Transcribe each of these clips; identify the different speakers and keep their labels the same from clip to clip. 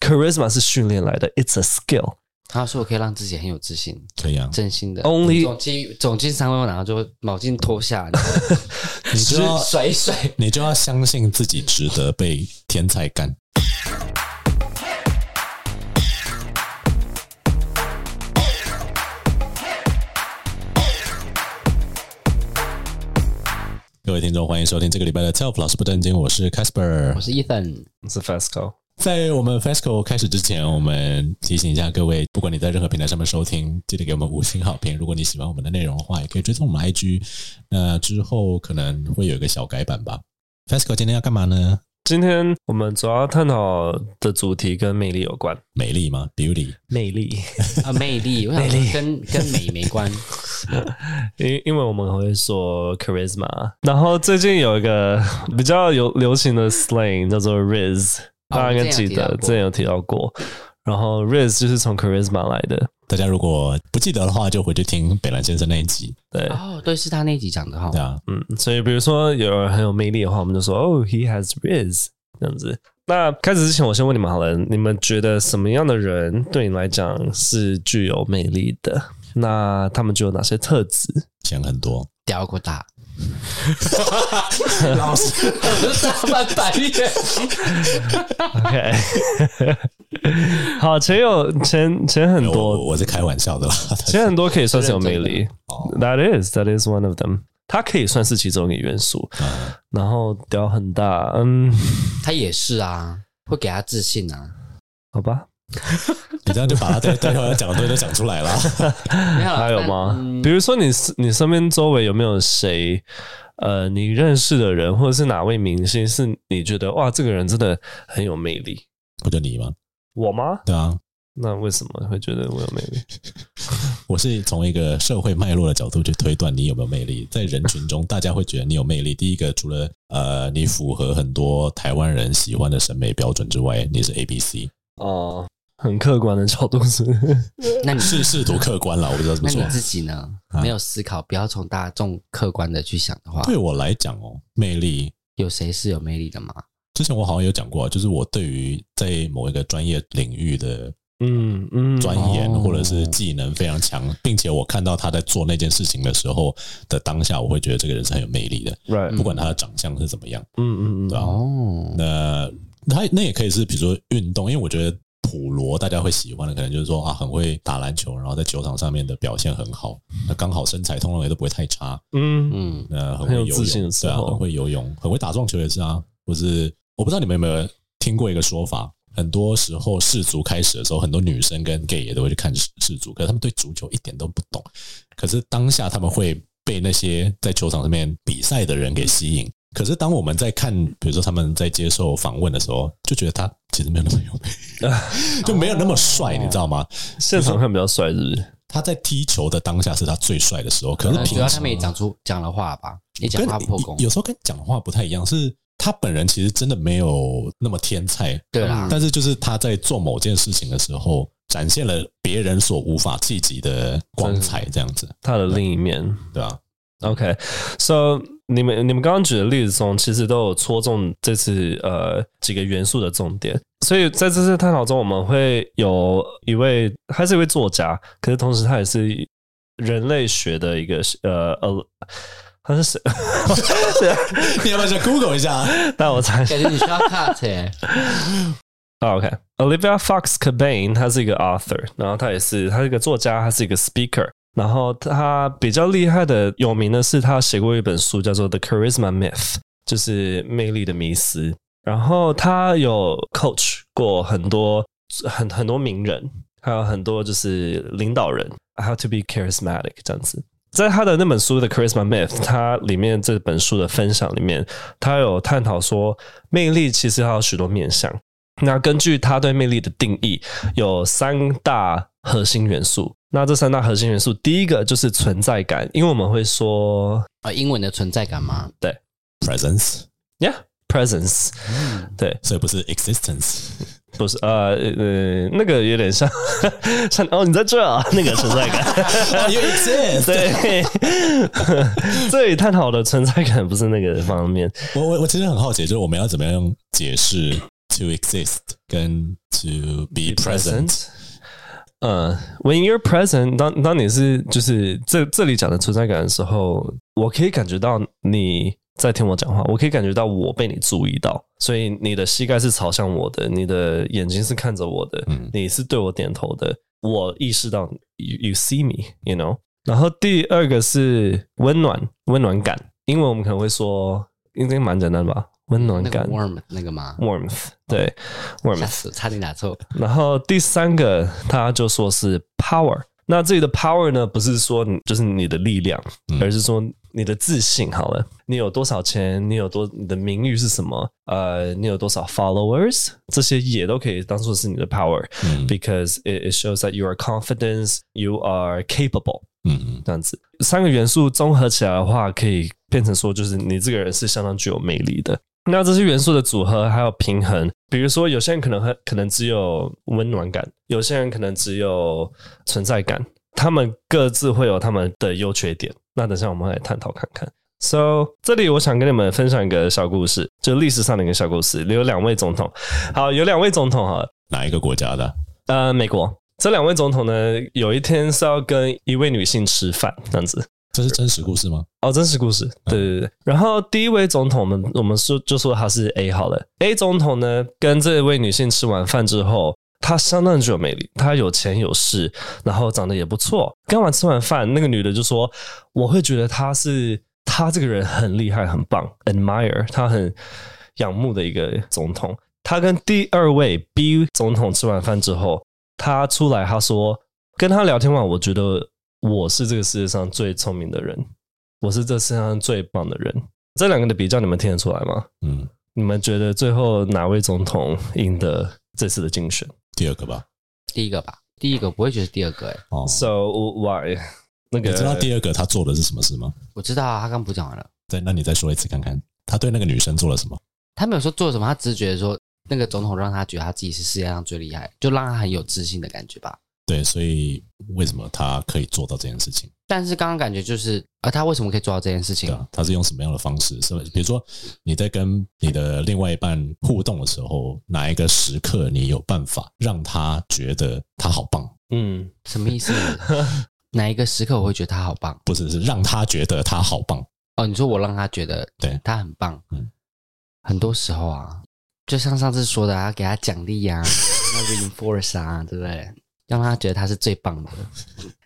Speaker 1: charisma 是训练来的，it's a skill。
Speaker 2: 他说我可以让自己很有自信，
Speaker 3: 可以啊，
Speaker 2: 真心的。
Speaker 1: Only-
Speaker 2: 总进总进三分，然后就毛巾脱下，然 后
Speaker 3: 你就要
Speaker 2: 甩一甩。
Speaker 3: 你就要相信自己值得被天才干。各位听众，欢迎收听这个礼拜的 Self 老师不正经，我是 Casper，
Speaker 2: 我是 Ethan，
Speaker 1: 是 Fasco，
Speaker 3: 在我们 E FESCO 开始之前，我们提醒一下各位，不管你在任何平台上面收听，记得给我们五星好评。如果你喜欢我们的内容的话，也可以追踪我们 IG。那之后可能会有一个小改版吧。FESCO E 今天要干嘛呢？
Speaker 1: 今天我们主要探讨的主题跟魅力有关。
Speaker 3: 美丽吗？Beauty？
Speaker 1: 魅力，
Speaker 2: 啊，魅力，我想
Speaker 1: 魅力
Speaker 2: 跟跟美没关。
Speaker 1: 因因为我们会说 charisma，然后最近有一个 比较有流行的 slang 叫做 riz，
Speaker 2: 哦
Speaker 1: 大家应该记得，之
Speaker 2: 之前
Speaker 1: 前有提到过。然后 riz 就是从 charisma 来的，
Speaker 3: 大家如果不记得的话，就回去听北兰先生那一集。
Speaker 1: 对，
Speaker 2: 哦，对，是他那集讲的哈
Speaker 3: 对。啊，
Speaker 1: 嗯，所以比如说有人很有魅力的话，我们就说哦，he has riz 这样子。那开始之前，我先问你们好了，你们觉得什么样的人对你来讲是具有魅力的？那他们具有哪些特质？
Speaker 3: 想很多。
Speaker 2: 屌过大，
Speaker 3: 老师，
Speaker 2: 大翻白眼。
Speaker 1: OK，好，钱有钱钱很
Speaker 3: 哎我
Speaker 1: 多，
Speaker 3: 我是开玩笑的 啦。
Speaker 1: 钱很多可以算是有魅力。
Speaker 3: 哦
Speaker 1: That is that is one of them，它可以算是其中一个元素。
Speaker 3: 嗯
Speaker 1: 然后屌很大，嗯，
Speaker 2: 他也是啊，会给他自信啊。
Speaker 1: 好吧，
Speaker 3: 你这样就把他对对方要讲的东西都讲出来了。
Speaker 2: 没有啦
Speaker 1: 还有
Speaker 2: 那
Speaker 1: 吗？
Speaker 2: 嗯
Speaker 1: 比如说你你身边周围有没有谁，呃，你认识的人或者是哪位明星，是你觉得哇，这个人真的很有魅力？
Speaker 3: 不就你吗？
Speaker 1: 我吗？
Speaker 3: 对啊，
Speaker 1: 那为什么会觉得我有魅力？
Speaker 3: 我是从一个社会脉络的角度去推断你有没有魅力，在人群中，大家会觉得你有魅力。第一个，除了呃，你符合很多台湾人喜欢的审美标准之外，你是 A B C，
Speaker 1: 哦、很客观的角度 是，
Speaker 2: 那你
Speaker 3: 是试图客观了，我不知道怎么
Speaker 2: 那
Speaker 3: 说
Speaker 2: 你。自己呢？没有思考，不要从大众客观的去想的话，
Speaker 3: 对我来讲哦，魅力，
Speaker 2: 有谁是有魅力的吗？
Speaker 3: 之前我好像有讲过，就是我对于在某一个专业领域的
Speaker 1: 嗯嗯，
Speaker 3: 钻研
Speaker 2: 哦
Speaker 3: 或者是技能非常强，并且我看到他在做那件事情的时候的当下，我会觉得这个人是很有魅力的，
Speaker 1: right，
Speaker 2: 嗯
Speaker 3: 不管他的长相是怎么样。
Speaker 1: 嗯嗯嗯，
Speaker 3: 对啊
Speaker 2: 哦，
Speaker 3: 那他那也可以是，比如说运动，因为我觉得普罗大家会喜欢的，可能就是说啊，很会打篮球，然后在球场上面的表现很好，那刚好身材通常也都不会太差，
Speaker 1: 嗯，
Speaker 2: 嗯，
Speaker 3: 那呃很
Speaker 1: 很
Speaker 3: 会
Speaker 1: 有
Speaker 3: 游
Speaker 1: 自信
Speaker 3: 泳，
Speaker 1: 的时
Speaker 3: 对啊，
Speaker 1: 候
Speaker 3: 很会游泳，很会打撞球也是啊，或是我不知道你们有没有听过一个说法。很多时候世足开始的时候，很多女生跟 gay 也都会去看世世足，可是他们对足球一点都不懂。可是当下他们会被那些在球场上面比赛的人给吸引。可是当我们在看，比如说他们在接受访问的时候，就觉得他其实没有那么有 魅力，就没有那么帅，你知道吗？
Speaker 1: 现场看比较帅，是不是？
Speaker 3: 他在踢球的当下是他最帅的时候，可是
Speaker 1: 哦
Speaker 2: 那呃主
Speaker 3: 平
Speaker 2: 要
Speaker 3: 时
Speaker 2: 他们也讲出讲了话吧，也讲
Speaker 3: 跟
Speaker 2: 话破功。
Speaker 3: 有时候跟讲话不太一样，是他本人其实真的没有那么天才，
Speaker 2: 对啊啦，
Speaker 3: 但是就是他在做某件事情的时候，展现了别人所无法企及的光
Speaker 2: 嗯
Speaker 3: 彩，这样子，
Speaker 1: 他的另一面。
Speaker 3: 对吧、
Speaker 1: OK，so、你们你们刚刚举的例子中，其实都有戳中这次呃几个元素的重点。所以在这次探讨中，我们会有一位，他是一位作家，可是同时他也是人类学的一个呃呃，他是谁？
Speaker 3: 你要不要去 Google 一下？
Speaker 1: 那我猜一下
Speaker 2: 感觉你需要 cut 哎，
Speaker 1: 啊，OK、o k o l i v i a Fox Cabane，她是一个 author，然后她也是她是一个作家，她是一个 speaker。然后她比较厉害的、有名的是，她写过一本书叫做《The Charisma Myth》，就是魅力的迷思。然后她有 coach 过很多很很多名人，还有很多就是领导人，How to be charismatic 这样子。在她的那本书的《Charisma Myth》，它里面这本书的分享里面，她有探讨说，魅力其实还有许多面向。那根据他对魅力的定义，有三大核心元素。那这三大核心元素，第一个就是存在感，因为我们会说
Speaker 2: 啊，英文的存在感吗？
Speaker 3: presence，
Speaker 1: ，yeah presence，对，
Speaker 3: 所以不是 existence，
Speaker 1: 不是呃呃，那个有点像像哦，你在这啊，那个存在感，
Speaker 3: 哦，you exist。
Speaker 1: 对， 这里探讨的存在感不是那个方面，
Speaker 3: 我我我其实很好奇，就是我们要怎么样解释 to exist 跟 to be present。
Speaker 1: 呃，When Uh, you're present，当当你是就是这这里讲的存在感的时候，我可以感觉到你在听我讲话，我可以感觉到我被你注意到，所以你的膝盖是朝向我的，你的眼睛是看着我的，
Speaker 3: 嗯
Speaker 1: 你是对我点头的，我意识到 you you see me，you know。然后第二个是温暖，温暖感，英文我们可能会说，应该蛮简单吧，温 暖
Speaker 2: 那个
Speaker 1: 感
Speaker 2: warm 那 个吗？
Speaker 1: warmth，对
Speaker 2: 吓
Speaker 1: warmth。
Speaker 2: 死，差点打错。
Speaker 1: 然后第三个，他就说是 power。那这里的 power 呢，不是说你就是你的力量，
Speaker 3: 嗯
Speaker 1: 而是说你的自信。好了，你有多少钱？你有多你的名誉是什么？呃，你有多少 followers？这些也都可以当做是你的 power，because、
Speaker 3: 嗯
Speaker 1: it it shows that you are confident, you are capable。
Speaker 3: 嗯，
Speaker 1: 这样子，三个元素综合起来的话，可以变成说，就是你这个人是相当具有魅力的。那这些元素的组合还有平衡，比如说有些人可能很可能只有温暖感，有些人可能只有存在感，他们各自会有他们的优缺点。那等一下我们来探讨看看。So，这里我想跟你们分享一个小故事，就历史上的一个小故事。有两位总统，好，有两位总统哈，
Speaker 3: 哪一个国家的？啊
Speaker 1: 呃，美国这两位总统呢，有一天是要跟一位女性吃饭，这样子。
Speaker 3: 这是真实故事吗？
Speaker 1: 哦，真实故事，对对对。然后第一位总统，我们我们说就说他是 A 好了。A 总统呢，跟这位女性吃完饭之后，她相当具有魅力，她有钱有势，然后长得也不错。刚完吃完饭，那个女的就说：“我会觉得她是她这个人很厉害，很棒，admire，她很仰慕的一个总统。”她跟第二位 B 总统吃完饭之后，她出来她说：“跟她聊天完，我觉得我是这个世界上最聪明的人。”我是这世界上最棒的人。这两个的比较，你们听得出来吗？
Speaker 3: 嗯，
Speaker 1: 你们觉得最后哪位总统赢得这次的竞选
Speaker 3: 第二个吧。
Speaker 2: 第一个吧，第一个不会觉得第二个哎，
Speaker 3: 哦，
Speaker 1: ？So why？那
Speaker 3: 你
Speaker 1: 个
Speaker 3: 知道第二个他做的是什么事吗？
Speaker 2: 我知道啊，他刚不讲完了，
Speaker 3: 对，那你再说一次看看，他对那个女生做了什么？
Speaker 2: 他没有说做什么，他只是觉得说那个总统让他觉得他自己是世界上最厉害，就让他很有自信的感觉吧。
Speaker 3: 对，所以为什么他可以做到这件事情？
Speaker 2: 但是刚刚感觉就是，啊，他为什么可以做到这件事情
Speaker 3: 对？啊，他是用什么样的方式？是吧？比如说你在跟你的另外一半互动的时候，哪一个时刻你有办法让他觉得他好棒？
Speaker 1: 嗯，
Speaker 2: 什么意 思？哪一个时刻我会觉得他好棒？
Speaker 3: 不是，是让他觉得他好棒。
Speaker 2: 哦，你说我让他觉得
Speaker 3: 对
Speaker 2: 他很棒，
Speaker 3: 嗯
Speaker 2: 很多时候啊，就像上次说的啊，给他奖励 啊，要 reinforce 啊，对不对？让他觉得他是最棒的。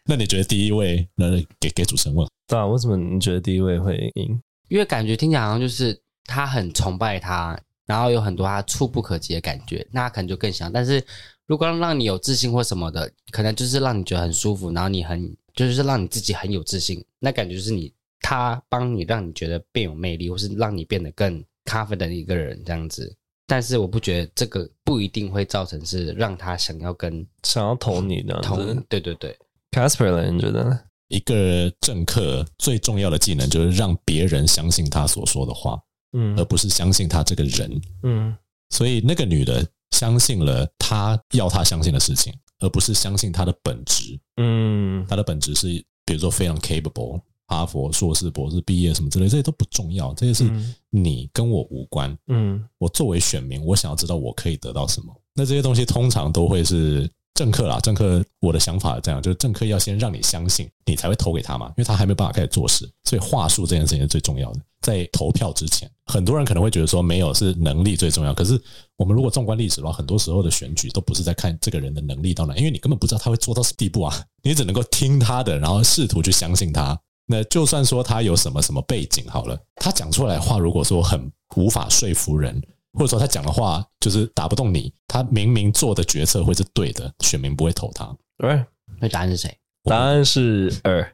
Speaker 3: 那你觉得第一位？那给给主持人问，
Speaker 1: 对啊，为什么你觉得第一位会赢？
Speaker 2: 因为感觉听起来好像就是他很崇拜他，然后有很多他触不可及的感觉，那他可能就更想。但是如果让你有自信或什么的，可能就是让你觉得很舒服，然后你很就是让你自己很有自信，那感觉就是你他帮你让你觉得变有魅力，或是让你变得更 confident 的一个人这样子。但是我不觉得这个不一定会造成是让他想要跟
Speaker 1: 想要投你这样
Speaker 2: 同
Speaker 1: 子
Speaker 2: 对对对，
Speaker 1: ？Casper 呢？你觉得呢？
Speaker 3: 一个政客最重要的技能就是让别人相信他所说的话，而
Speaker 1: 嗯
Speaker 3: 不是相信他这个人。
Speaker 1: 嗯
Speaker 3: 所以那个女的相信了他要他相信的事情，而不是相信他的本质。
Speaker 1: 嗯
Speaker 3: 他的本质是，比如说非常 capable，哈佛硕士、博士毕业什么之类，这些都不重要，这些
Speaker 1: 嗯
Speaker 3: 是你跟我无关。
Speaker 1: 嗯
Speaker 3: 我作为选民，我想要知道我可以得到什么。那这些东西通常都会是政客啦，政客我的想法是这样，就是政客要先让你相信，你才会投给他嘛，因为他还没办法开始做事，所以话术这件事情是最重要的。在投票之前，很多人可能会觉得说没有是能力最重要，可是我们如果纵观历史的话，很多时候的选举都不是在看这个人的能力到哪，因为你根本不知道他会做到什么地步啊，你只能够听他的，然后试图去相信他。那就算说他有什么什么背景好了，他讲出来的话如果说很无法说服人，或者说他讲的话就是打不动你，他明明做的决策会是对的，选民不会投他。
Speaker 1: ，Right，
Speaker 2: 那答案是谁？
Speaker 1: 答案是二。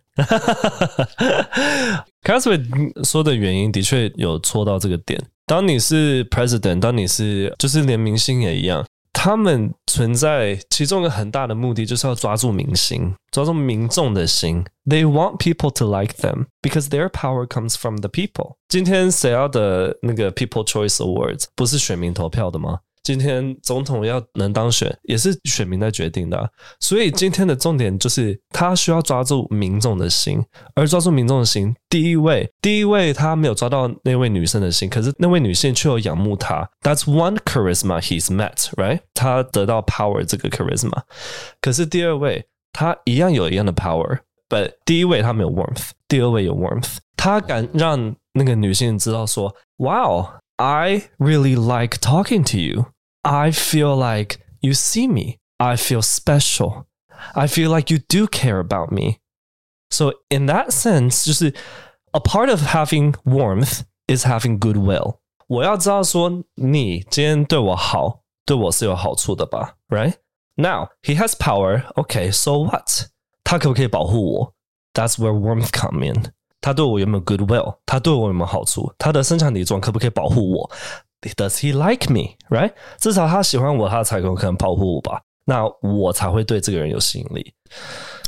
Speaker 1: Casper 说的原因的确有戳到这个点。当你是 president，当你是就是连明星也一样，他们存在其中一个很大的目的就是要抓住明星，抓住民众的心。They want people to like them because their power comes from the people。今天谁要的那个 People Choice Awards 不是选民投票的吗？今天总统要能当选，也是选民在决定的啊、所以今天的重点就是，他需要抓住民众的心，而抓住民众的心，第一位，第一位他没有抓到那位女生的心，可是那位女性却有仰慕他。That's one charisma he's met, right？他得到 power 这个 charisma，可是第二位他一样有一样的 power。But 第一位他没有 warmth，第二位有 warmth，他敢让那个女性知道说，Wow, I really like talking to you. I feel like you see me. I feel special. I feel like you do care about me. So in that sense, 就是 a part of having warmth is having goodwill. 我要知道说你今天对我好，对我是有好处的吧？Right now he has power. Okay, so what? 他可不可以保护我？That's where warmth come in. 他对我有没有 goodwill？他对我有没有好处？他的生产力状可不可以保护我？Does he like me? Right？至少他喜欢我，他才有可能保护我吧。那我才会对这个人有吸引力。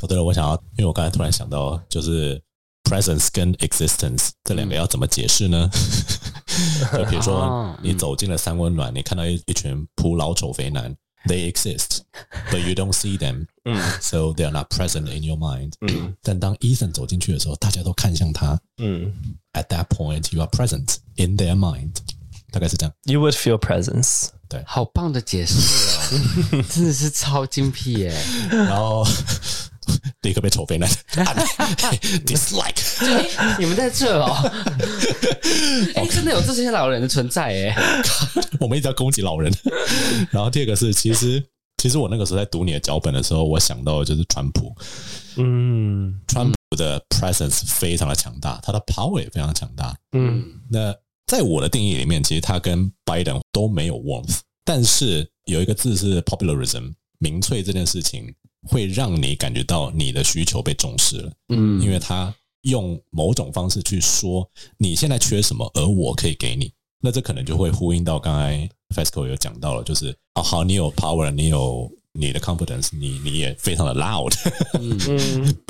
Speaker 3: 哦，对了，我想要，因为我刚才突然想到，就是 presence 跟 existence 这两个要怎么解释呢？ 就比如说
Speaker 2: 哦，
Speaker 3: 你走进了三温暖，你看到一一群普老丑肥男，they exist，but you don't see them，
Speaker 1: 嗯
Speaker 3: so they are not present in your mind。
Speaker 1: 嗯
Speaker 3: 但当 Ethan 走进去的时候，大家都看向他
Speaker 1: 嗯
Speaker 3: ，at that point you are present in their mind，大概是这样。
Speaker 1: ，You would feel presence。
Speaker 2: 好棒的解释哦，真的是超精辟耶！
Speaker 3: 然后 立刻被丑肥男按 dislike。
Speaker 2: 哎 你们在这 哦？哎、真的有这些老人的存在耶！
Speaker 3: 我们一直在攻击老人。然后第二个是，其实其实我那个时候在读你的脚本的时候，我想到的就是川普，
Speaker 1: 嗯
Speaker 3: 川普的 presence 非常的强大，他的 power 也非常强大。
Speaker 1: 嗯
Speaker 3: 那在我的定义里面，其实他跟拜登都没有 warmth，但是有一个字是 popularism，民粹这件事情会让你感觉到你的需求被重视了。
Speaker 2: 嗯，
Speaker 3: 因为他用某种方式去说你现在缺什么，而我可以给你。那这可能就会呼应到刚才 FESCO 有讲到了，就是哦，好，你有 power，你有你的 confidence，你你也非常的 loud，but
Speaker 1: 嗯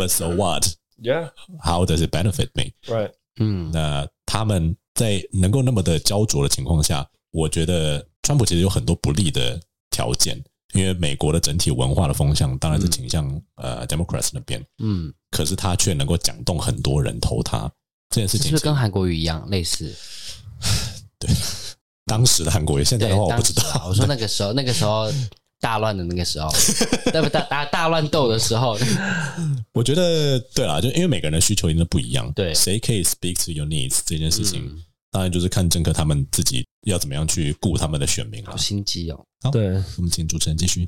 Speaker 3: so what？How
Speaker 1: ，Yeah,
Speaker 3: does it benefit me？
Speaker 1: right。
Speaker 2: 嗯，
Speaker 3: 那他们在能够那么的焦灼的情况下，我觉得川普其实有很多不利的条件，因为美国的整体文化的风向当然是倾向、呃 Democrats 那边，
Speaker 2: 嗯，
Speaker 3: 可是他却能够讲动很多人投他这件
Speaker 2: 是
Speaker 3: 事
Speaker 2: 不
Speaker 3: 情
Speaker 2: 是跟韩国语一样类似？
Speaker 3: 当时的韩国瑜，现在
Speaker 2: 对，
Speaker 3: 的话我不
Speaker 2: 当
Speaker 3: 知
Speaker 2: 时
Speaker 3: 道
Speaker 2: 啊。我 说那个时候，那个时候大乱的那个时候，对不大大大乱斗的时候，
Speaker 3: 我觉得对啦，就因为每个人的需求一定都不一样，
Speaker 2: 对
Speaker 3: 谁可以 speak to your needs 这件事情，
Speaker 2: 嗯
Speaker 3: 当然就是看政客他们自己要怎么样去顾他们的选民了
Speaker 2: 好。心机哦。
Speaker 1: 对，
Speaker 3: 我们请主持人继续。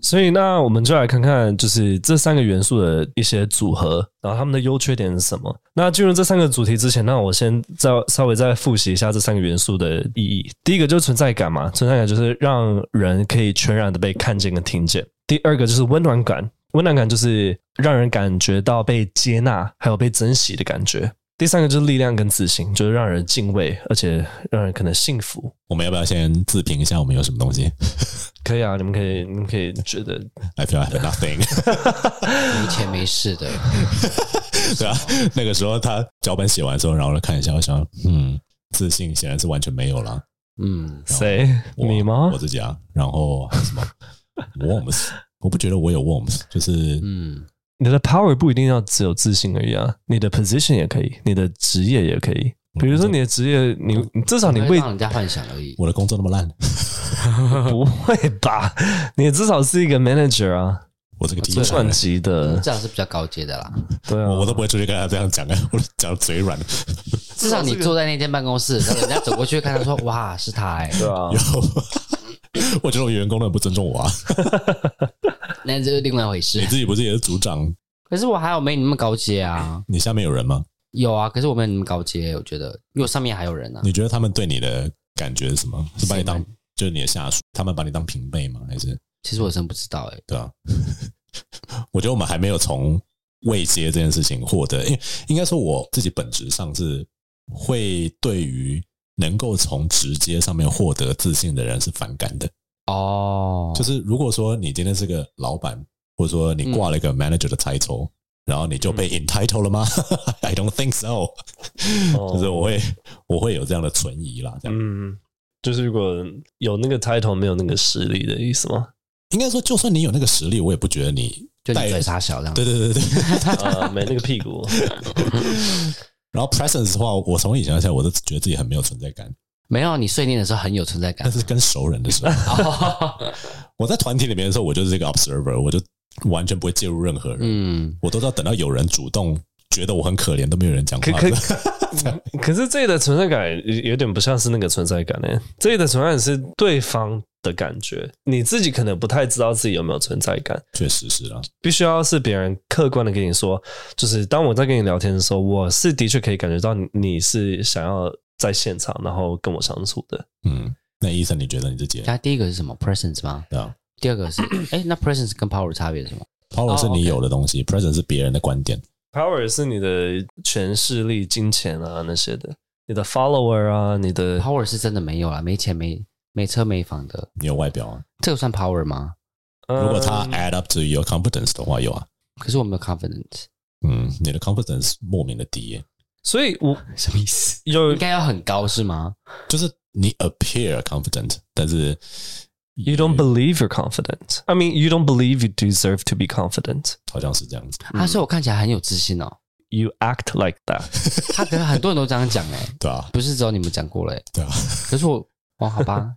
Speaker 1: 所以那我们就来看看，就是这三个元素的一些组合，然后它们的优缺点是什么。那进入这三个主题之前，那我先再稍微再复习一下这三个元素的意义。第一个就是存在感嘛，存在感就是让人可以全然的被看见跟听见。第二个就是温暖感，温暖感就是让人感觉到被接纳，还有被珍惜的感觉。第三个就是力量跟自信，就是让人敬畏，而且让人可能幸福。
Speaker 3: 我们要不要先自评一下我们有什么 东西
Speaker 1: 可以啊，你们可以，你们可以觉得
Speaker 3: ？I feel I have nothing。
Speaker 2: 以前没事的，
Speaker 3: 对啊，那个时候他脚本写完之后，然后看一下，我想，嗯，自信显然是完全没有啦。
Speaker 2: 嗯，
Speaker 1: 谁
Speaker 3: 我
Speaker 1: 你吗
Speaker 3: 我？自己啊，然后还有 什么 warmth？我不觉得我有 warmth，就是
Speaker 2: 嗯，
Speaker 1: 你的 power 不一定要只有自信而已啊，你的 position 也可以，你的职业也可以。比如说你的职业，你你至少你
Speaker 2: 会
Speaker 1: 会
Speaker 2: 让人家幻想而已。
Speaker 3: 我的工作那么烂，
Speaker 1: 不会吧？你至少是一个 manager 啊，
Speaker 3: 我这个主
Speaker 1: 主管级
Speaker 3: 呃
Speaker 1: 的，
Speaker 2: 这样是比较高阶的啦，
Speaker 1: 对啊，
Speaker 3: 我我都不会出去跟他这样讲啊， 我讲得嘴 软。
Speaker 2: 至少你坐在那间办公室，然后人家走过去看，他说：“哇，是他哎、
Speaker 1: 对啊，
Speaker 3: 有，我觉得我员工都很不尊重我啊。
Speaker 2: 那这是另外一回
Speaker 3: 你
Speaker 2: 事。
Speaker 3: 自己不是也是组长？
Speaker 2: 可是我还有没你那么高阶啊？
Speaker 3: 你下面有人吗？
Speaker 2: 有啊，可是我没有你们高阶，我觉得，因为我上面还有人啊。
Speaker 3: 你觉得他们对你的感觉是什么？是把你当
Speaker 2: 谁
Speaker 3: 就是你的下属，他们把你当平辈吗？还是
Speaker 2: 其实我真不知道哎、
Speaker 3: 对啊？我觉得我们还没有从未接这件事情获得，因为应该说我自己本质上是会对于能够从直接上面获得自信的人是反感的。
Speaker 2: 哦，
Speaker 3: 就是如果说你今天是个老板，或者说你挂了一个 manager 的 title，、然后你就被 entitled 了吗、i don't think so
Speaker 1: 哦
Speaker 3: 就是我会我会有这样的存疑啦，这样。
Speaker 1: 嗯，就是如果有那个 title 没有那个实力的意思 吗？
Speaker 3: 应该说，就算你有那个实力，我也不觉得你
Speaker 2: 就
Speaker 3: 带
Speaker 2: 你嘴他小这样。
Speaker 3: 对对对对。
Speaker 1: 呃，没那个屁 股。
Speaker 3: 然后 presence 的话，我从以前到现在，我都觉得自己很没有存在感。
Speaker 2: 没有，你碎念的时候很有存在
Speaker 3: 但
Speaker 2: 感。哦
Speaker 3: 是跟熟人的时候，我在团体里面的时候，我就是这个 observer，我就完全不会介入任何人。
Speaker 2: 嗯，
Speaker 3: 我都要等到有人主动觉得我很可怜，都没有人讲
Speaker 1: 可
Speaker 3: 话。
Speaker 1: 可可是这里的存在感有有点不像是那个存在感呢、欸这里的存在感是对方的感觉，你自己可能不太知道自己有没有存在感，
Speaker 3: 确实是啊，
Speaker 1: 必须要是别人客观的跟你说，就是当我在跟你聊天的时候，我是的确可以感觉到你你是想要在现场，然后跟我相处的。
Speaker 3: 嗯。那医生，你觉得你自己
Speaker 2: 那第一个是什么？presence 吗？
Speaker 3: 对啊
Speaker 2: 第二个是， 哎，那 presence 跟 power 差别是什么？
Speaker 3: power
Speaker 2: 哦
Speaker 3: 是你
Speaker 2: OK
Speaker 3: 有的东西、p r e s e n t 是别人的观点。
Speaker 1: Power 是你的权势力、金钱啊那些的，你的 follower 啊，你的
Speaker 2: power 是真的没有啦，没钱没没车没房的，
Speaker 3: 你有外表啊，
Speaker 2: 这个算 power 吗？
Speaker 3: 如果它
Speaker 1: 嗯
Speaker 3: 啊 add up to your competence 的话，有啊，
Speaker 2: 可是我没有 confidence，
Speaker 3: 嗯，你的 competence 莫名的低耶、
Speaker 1: 所以我
Speaker 2: 什么意思？
Speaker 1: 有
Speaker 2: 应该要很高是吗？
Speaker 3: 就是你 appear confident，但是
Speaker 1: You don't believe you're confident. I mean, you don't believe you deserve to be confident.
Speaker 3: 好像是这样子，
Speaker 2: 啊，所以我看起来很有自信哦。
Speaker 1: You act like that.
Speaker 2: 他可能很多人都这样讲哎、
Speaker 3: 对啊，
Speaker 2: 不是只有你们讲过了、欸。
Speaker 3: 对啊，
Speaker 2: 可是我哦，好 吧，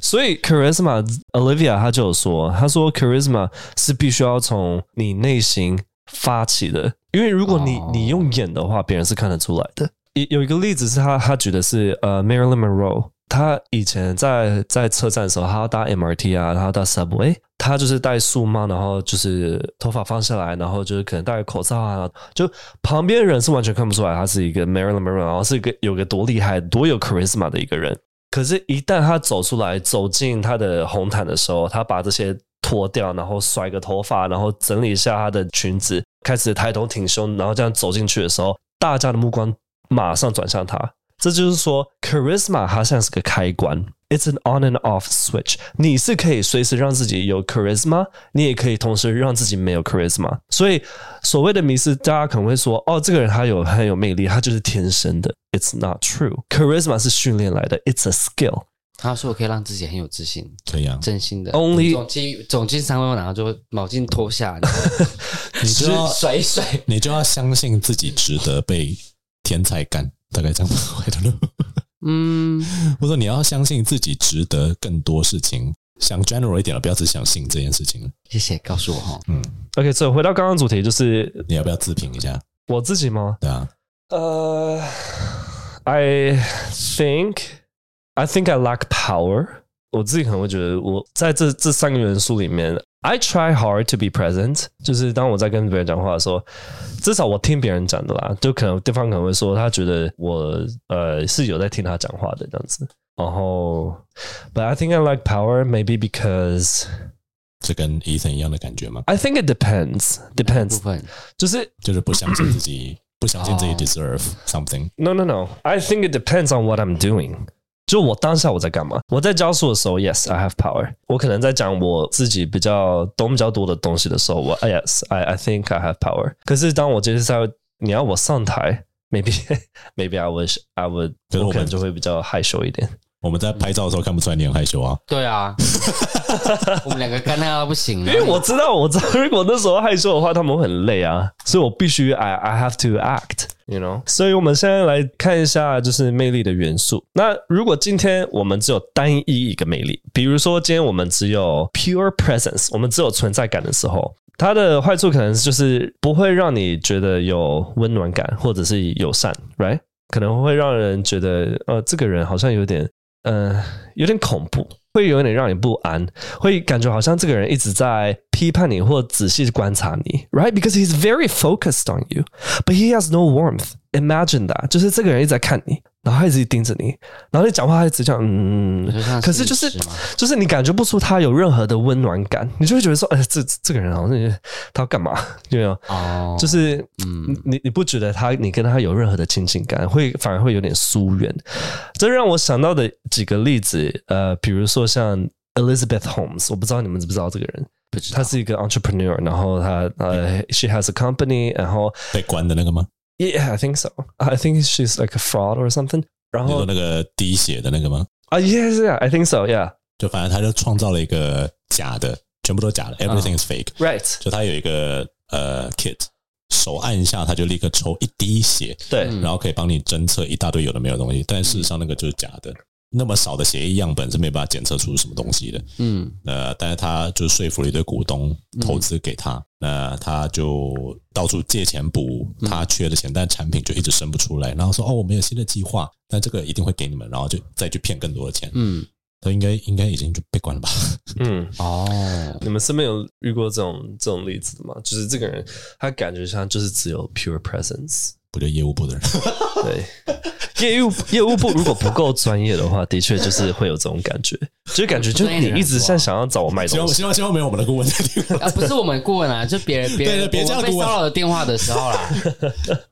Speaker 1: 所以 charisma Olivia 她就有说，她说 charisma 是必须要从你内心发起的，因为如果你、
Speaker 2: 哦
Speaker 1: 你用演的话，别人是看得出来的。有有一个例子是她她举的是呃 Marilyn Monroe，她以前在在车站的时候，她要搭 MRT 啊，她要搭 Subway，她就是戴束帽，然后就是头发放下来，然后就是可能戴个口罩啊，就旁边人是完全看不出来她是一个 Marilyn Monroe，然后是一个有个多厉害、多有 charisma 的一个人。可是，一旦他走出来，走进他的红毯的时候，他把这些脱掉，然后甩个头发，然后整理一下他的裙子，开始抬头挺胸，然后这样走进去的时候，大家的目光马上转向他。这就是说，charisma 它像是个开关，it's an on and off switch。你是可以随时让自己有 charisma，你也可以同时让自己没有 charisma。所以，所谓的迷失，大家可能会说，哦，这个人他有很有魅力，他就是天生的。It's not true。charisma 是训练来的，it's a skill。
Speaker 2: 他说我可以让自己很有自信，
Speaker 3: 可以啊，
Speaker 2: 真心的。
Speaker 1: Only-
Speaker 2: 总进总进三万，然后就毛巾 脱下，然后
Speaker 3: 你就要
Speaker 2: 甩一甩。
Speaker 3: 你就要相信自己值得被天才干，大概这样 吧 I don't know
Speaker 2: 嗯，
Speaker 3: 我说你要相信自己值得更多事情，想 general 一点了，不要只想性这件事情。
Speaker 2: 谢谢告诉我哈。
Speaker 3: 嗯，
Speaker 1: OK，所以回到刚刚主题，就是
Speaker 3: 你要不要自评一下？
Speaker 1: 我自己吗？
Speaker 3: 对啊，
Speaker 1: 呃、i think I think I lack power。我自己可能会觉得，我在这这三个元素里面，I try hard to be present，就是当我在跟别人讲话的时候，至少我听别人讲的啦，就可能对方可能会说，他觉得我呃是有在听他讲话的这样子。然后，But I think I lack power maybe because
Speaker 3: 这跟 Ethan 一样的感觉吗？
Speaker 1: I think it depends
Speaker 2: 部
Speaker 1: depends，
Speaker 2: 分
Speaker 1: 就是
Speaker 3: 就是不相信
Speaker 1: 嗯
Speaker 3: 自己，不相信自己
Speaker 2: 哦
Speaker 3: deserve something。
Speaker 1: No, no, no. I think it depends on what I'm doing. 就我当下我在干嘛？我在教书的时候，yes, I have power。我可能在讲我自己比较懂比较多的东西的时候，我啊 yes, I I think I have power。可是当我接下来你要我上台，maybe maybe I wish I would，
Speaker 3: 可是我们
Speaker 1: 我可能就会比较害羞一点。
Speaker 3: 我们在拍照的时候看不出来你很害羞
Speaker 1: 嗯
Speaker 3: 啊，
Speaker 2: 对啊， 我们两个干到不行，因啊
Speaker 1: 因为我知道，我知道，如 果那时候害羞的话，他们会很累啊，所以我必须 I I have to act。You know，所以我们现在来看一下，就是魅力的元素。那如果今天我们只有单一一个魅力，比如说今天我们只有 pure presence，我们只有存在感的时候，它的坏处可能就是不会让你觉得有温暖感，或者是友善，right？可能会让人觉得，呃，这个人好像有点，呃，有点恐怖，会有点让你不安。会感觉好像这个人一直在批判你或仔细观察你，right? Because he's very focused on you, but he has no warmth. Imagine that，就是这个人一直在看你，然后他一直盯着你，然后你讲话他一直这样，嗯，嗯嗯
Speaker 2: 就像
Speaker 1: 可是就是
Speaker 2: 律师嘛
Speaker 1: 就是你感觉不出他有任何的温暖感，你就会觉得说，哎，这这这个人好像他要干嘛？有没有？
Speaker 2: 哦，
Speaker 1: 就是
Speaker 2: 嗯
Speaker 1: 你你不觉得他你跟他有任何的亲近感，会反而会有点疏远。这让我想到的几个例子，呃，比如说像 Elizabeth Holmes，我不知道你们知不知道这个人，
Speaker 2: 不知道
Speaker 1: 她是一个 entrepreneur，然后她呃、she has a company，然后
Speaker 3: 被关的那个吗？
Speaker 1: Yeah, I think so. I think she's like a fraud or something. 然
Speaker 3: 你说
Speaker 1: 后
Speaker 3: 那个滴血的那个吗？
Speaker 1: 啊，yes yeah，I think so yeah，right，
Speaker 3: 就反正他就创造了一个假的，全部都假的，everything
Speaker 1: 嗯
Speaker 3: is fake。就 他有一个呃 kit，手按一下，他就立刻抽一滴血，
Speaker 1: 对，
Speaker 2: 嗯
Speaker 3: 然后可以帮你侦测一大堆有的没有的东西，但事实上那个就是假
Speaker 1: 嗯
Speaker 3: 的。那么少的血液样本是没办法检测出什么东西的。
Speaker 2: 嗯
Speaker 3: 呃，但是他就说服了一堆股东投资给他，那他就到处借钱补他缺的钱，但产品就一直生不出来。然后说哦，我们有新的计划，那这个一定会给你们，然后就再去骗更多的钱。
Speaker 2: 嗯，
Speaker 3: 他应该应该已经就被关了吧？
Speaker 1: 嗯，
Speaker 2: 哦，
Speaker 1: 你们身边有遇过这种这种例子吗？就是这个人，他感觉上就是只有 pure presence。
Speaker 3: 不就业务部的人？
Speaker 1: 对，业务业务部如果不够专业的话，的确就是会有这种感觉，就是感觉就
Speaker 2: 专业的
Speaker 1: 你
Speaker 2: 人
Speaker 1: 一直在想要找我卖
Speaker 3: 希
Speaker 1: 东
Speaker 3: 望
Speaker 1: 西。
Speaker 3: 希望希望没有我们的顾问在听。
Speaker 2: 啊，不是我们顾问啊，就 别人别人
Speaker 3: 对对别这样
Speaker 2: 我们被
Speaker 3: 顾问
Speaker 2: 骚扰的电话的时候啦，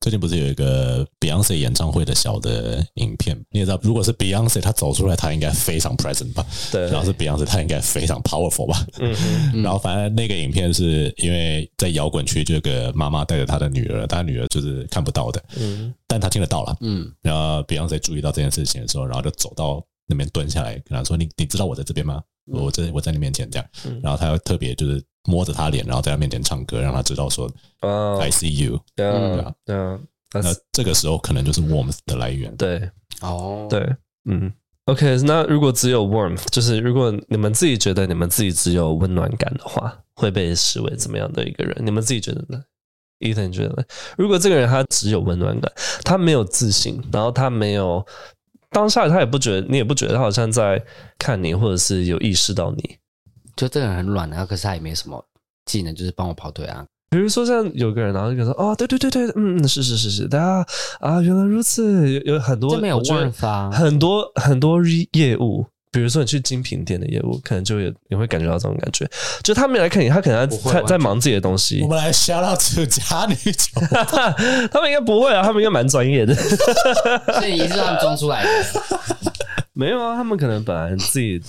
Speaker 3: 最近不是有一个 Beyonce 演唱会的小的影片？你也知道，如果是 Beyonce 她走出来，她应该非常 present 吧？
Speaker 1: 对
Speaker 3: 然后是 Beyonce 她应该非常 powerful 吧？
Speaker 1: 嗯哼，
Speaker 3: 然后反正那个影片是因为在摇滚区，这个妈妈带着她的女儿，她女儿就是看不到的，
Speaker 1: 嗯
Speaker 3: 但她听得到了。
Speaker 2: 嗯
Speaker 3: 然后 Beyonce 注意到这件事情的时候，然后就走到那边蹲下来，跟她说：“你你知道我在这边吗？我在我在你面前这样。
Speaker 1: 嗯”
Speaker 3: 然后她又特别就是摸着她脸，然后在她面前唱歌，让她知道说
Speaker 1: 哦
Speaker 3: “I see you”。
Speaker 1: 对啊
Speaker 3: 哎嗯，
Speaker 1: 对啊，
Speaker 3: 那
Speaker 1: that's-
Speaker 3: 这个时候可能就是 warmth 的来源。
Speaker 1: 对
Speaker 2: 哦，
Speaker 1: 对，嗯。OK，那如果只有 warmth，就是如果你们自己觉得你们自己只有温暖感的话，会被视为怎么样的一个人？你们自己觉得呢？Ethan 觉得呢，如果这个人他只有温暖感，他没有自信，然后他没有当下他也不觉得，你也不觉得他好像在看你，或者是有意识到你。
Speaker 2: 就这个人很软啊，可是他也没什么技能，就是帮我跑腿啊，
Speaker 1: 比如说像有个人，然后就跟说哦，对对对对，嗯，嗯是是是是，大家啊，原来如此，有有很多
Speaker 2: 这没有
Speaker 1: 我觉得
Speaker 2: worth 啊，
Speaker 1: 很多很多业务，比如说你去精品店的业务，可能就有你会感觉到这种感觉，就他没来看你，他可能
Speaker 2: 不
Speaker 1: 在
Speaker 2: 会完全
Speaker 1: 在忙自己的东西
Speaker 3: 我。们来 shout out to 假女酒，
Speaker 1: 他们应该不会啊，他们应该蛮专业的。
Speaker 2: 所以一是他们装出来的。
Speaker 1: 没有啊，他们可能本来自己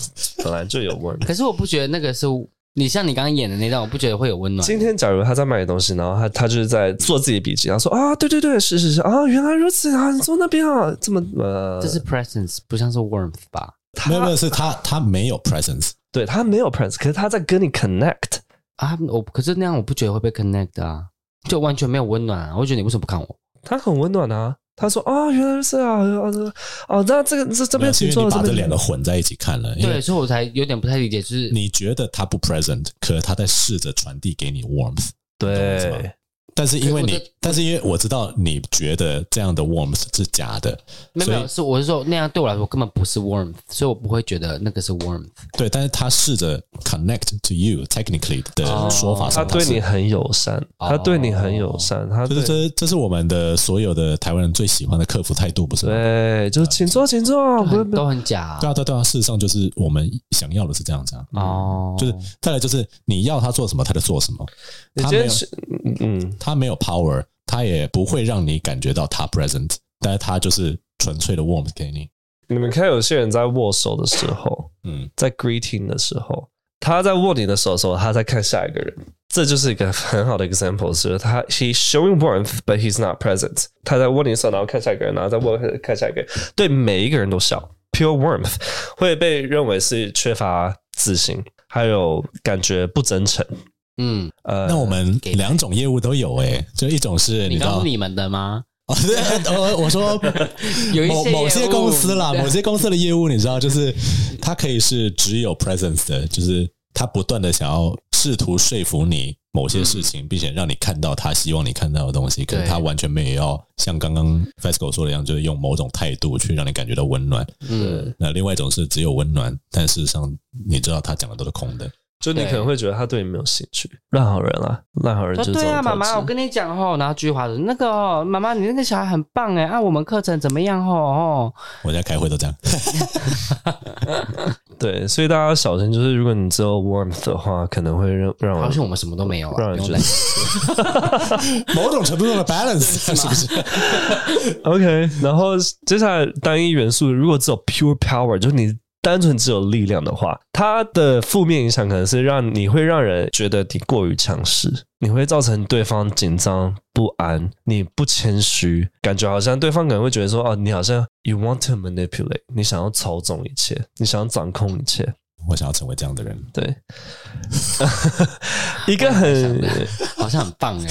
Speaker 1: 本来就有问。
Speaker 2: 可是我不觉得那个是你像你刚刚演的那段，我不觉得会有温 暖。
Speaker 1: 今天假如他在卖东西，然后他他就是在做自己的笔记，然后说啊，对对对，是是是啊，原来如此啊，你坐那边啊，这么呃，
Speaker 2: 这是 presence，不像是 warmth 吧？
Speaker 1: 他
Speaker 3: 没有没有，是他他没有 presence，
Speaker 1: 对他没有 presence，可是他在跟你 connect。
Speaker 2: 啊，我可是那样我不觉得会被 connect 的啊，就完全没有温暖啊。我觉得你为什么不看我？
Speaker 1: 他很温暖啊。他说：“哦，原来是啊，哦，这个哦，那这个这这边
Speaker 3: 没有是
Speaker 1: 请
Speaker 3: 因为
Speaker 1: 坐，
Speaker 3: 你把这
Speaker 1: 边
Speaker 3: 两个混在一起看了，因
Speaker 2: 对，
Speaker 3: 为
Speaker 2: 所以我才有点不太理解，就是
Speaker 3: 你觉得他不 present，可他在试着传递给你 warmth，懂什么
Speaker 1: 对，
Speaker 3: 但是因为
Speaker 2: 可
Speaker 3: 你
Speaker 2: 是我的，
Speaker 3: 但是因为我知道你觉得这样的 warmth 是假的，
Speaker 2: 没有
Speaker 3: 所
Speaker 2: 没
Speaker 3: 以
Speaker 2: 有，是我是说那样对我来说根本不是 warmth，所以我不会觉得那个是 warmth。
Speaker 3: 对，但是他试着 connect to you，technically
Speaker 2: 哦
Speaker 3: 的说法
Speaker 1: 他
Speaker 3: 上，
Speaker 1: 对
Speaker 3: 是
Speaker 1: 你很友善，
Speaker 2: 哦
Speaker 1: 他对你很友善，他
Speaker 3: 就是
Speaker 1: 对
Speaker 3: 这这是我们的所有的台湾人最喜欢的客服态度，不是吗？
Speaker 1: 对，就是请坐，请坐，不
Speaker 2: 很
Speaker 1: 不，
Speaker 2: 都很假、啊
Speaker 3: 对啊，对啊对啊，事实上就是我们想要的是这样子啊。
Speaker 2: 哦，
Speaker 3: 就是再来就是你要他做什么，他就做什么。
Speaker 1: 你
Speaker 3: 他
Speaker 1: 今
Speaker 3: 没有
Speaker 1: 天去，嗯嗯，
Speaker 3: 他没有 power，他也不会让你感觉到他 present，但是他就是纯粹的 warmth 给你。
Speaker 1: 你们看有些人在握手的时候，
Speaker 3: 嗯，
Speaker 1: 在 greeting 的时候，他在握你的手的时候，他在看下一个人，这就是一个很好的 example，是他 he's showing warmth but he's not present。他在握你的手，然后看下一个人，然后再握看下一个人，对每一个人都笑。Pure warmth 会被认为是缺乏自信，还有感觉不真诚。
Speaker 2: 嗯，
Speaker 1: 呃，
Speaker 3: 那我们
Speaker 2: 给
Speaker 3: 两种业务都有诶、就一种是
Speaker 2: 你
Speaker 3: 你知
Speaker 2: 刚
Speaker 3: 道
Speaker 2: 刚是，你们的吗？
Speaker 3: 哦对，我我说
Speaker 2: 有一些
Speaker 3: 某某些
Speaker 2: 业务
Speaker 3: 公司啦，
Speaker 2: 对
Speaker 3: 某些公司的业务你知道，就是它可以是只有 presence 的，就是他不断的想要试图说服你。某些事情，并且让你看到他希望你看到的东西，可是
Speaker 2: 对
Speaker 3: 他完全没有要像刚刚 FESCO 说的一样，就是用某种态度去让你感觉到温暖。
Speaker 2: 嗯，
Speaker 3: 那另外一种是只有温暖，但事实上你知道他讲的都是空的。
Speaker 1: 就你可能会觉得他对你没有兴趣，烂好人啊，烂好人
Speaker 2: 说
Speaker 1: 就是这
Speaker 2: 对
Speaker 1: 种
Speaker 2: 啊，妈妈，
Speaker 1: 特质
Speaker 2: 我跟你讲吼，然后菊华说那个哦，妈妈，你那个小孩很棒哎，啊，我们课程怎么样吼哦吼？
Speaker 3: 我在开会 都这样，
Speaker 1: 对，所以大家要小心，就是如果你只有 warmth 的话，可能会让让
Speaker 2: 好
Speaker 1: 我
Speaker 2: 像我们什么都没有
Speaker 1: 让
Speaker 2: 啊，
Speaker 1: 人
Speaker 2: 不
Speaker 1: 觉
Speaker 2: 用
Speaker 1: 得
Speaker 2: 担。
Speaker 3: 某种程度上的 balance
Speaker 2: 吗
Speaker 3: 是不是？
Speaker 1: OK，然后接下来单一元素如果只有 pure power，就是你单纯只有力量的话，它的负面影响可能是让你会让人觉得你过于强势，你会造成对方紧张不安，你不谦虚，感觉好像对方可能会觉得说，哦，你好像 you want to manipulate，你想要操纵一切，你想要掌控一切。
Speaker 3: 我想要成为这样的人。
Speaker 1: 对，一个很
Speaker 2: 好像很棒哎、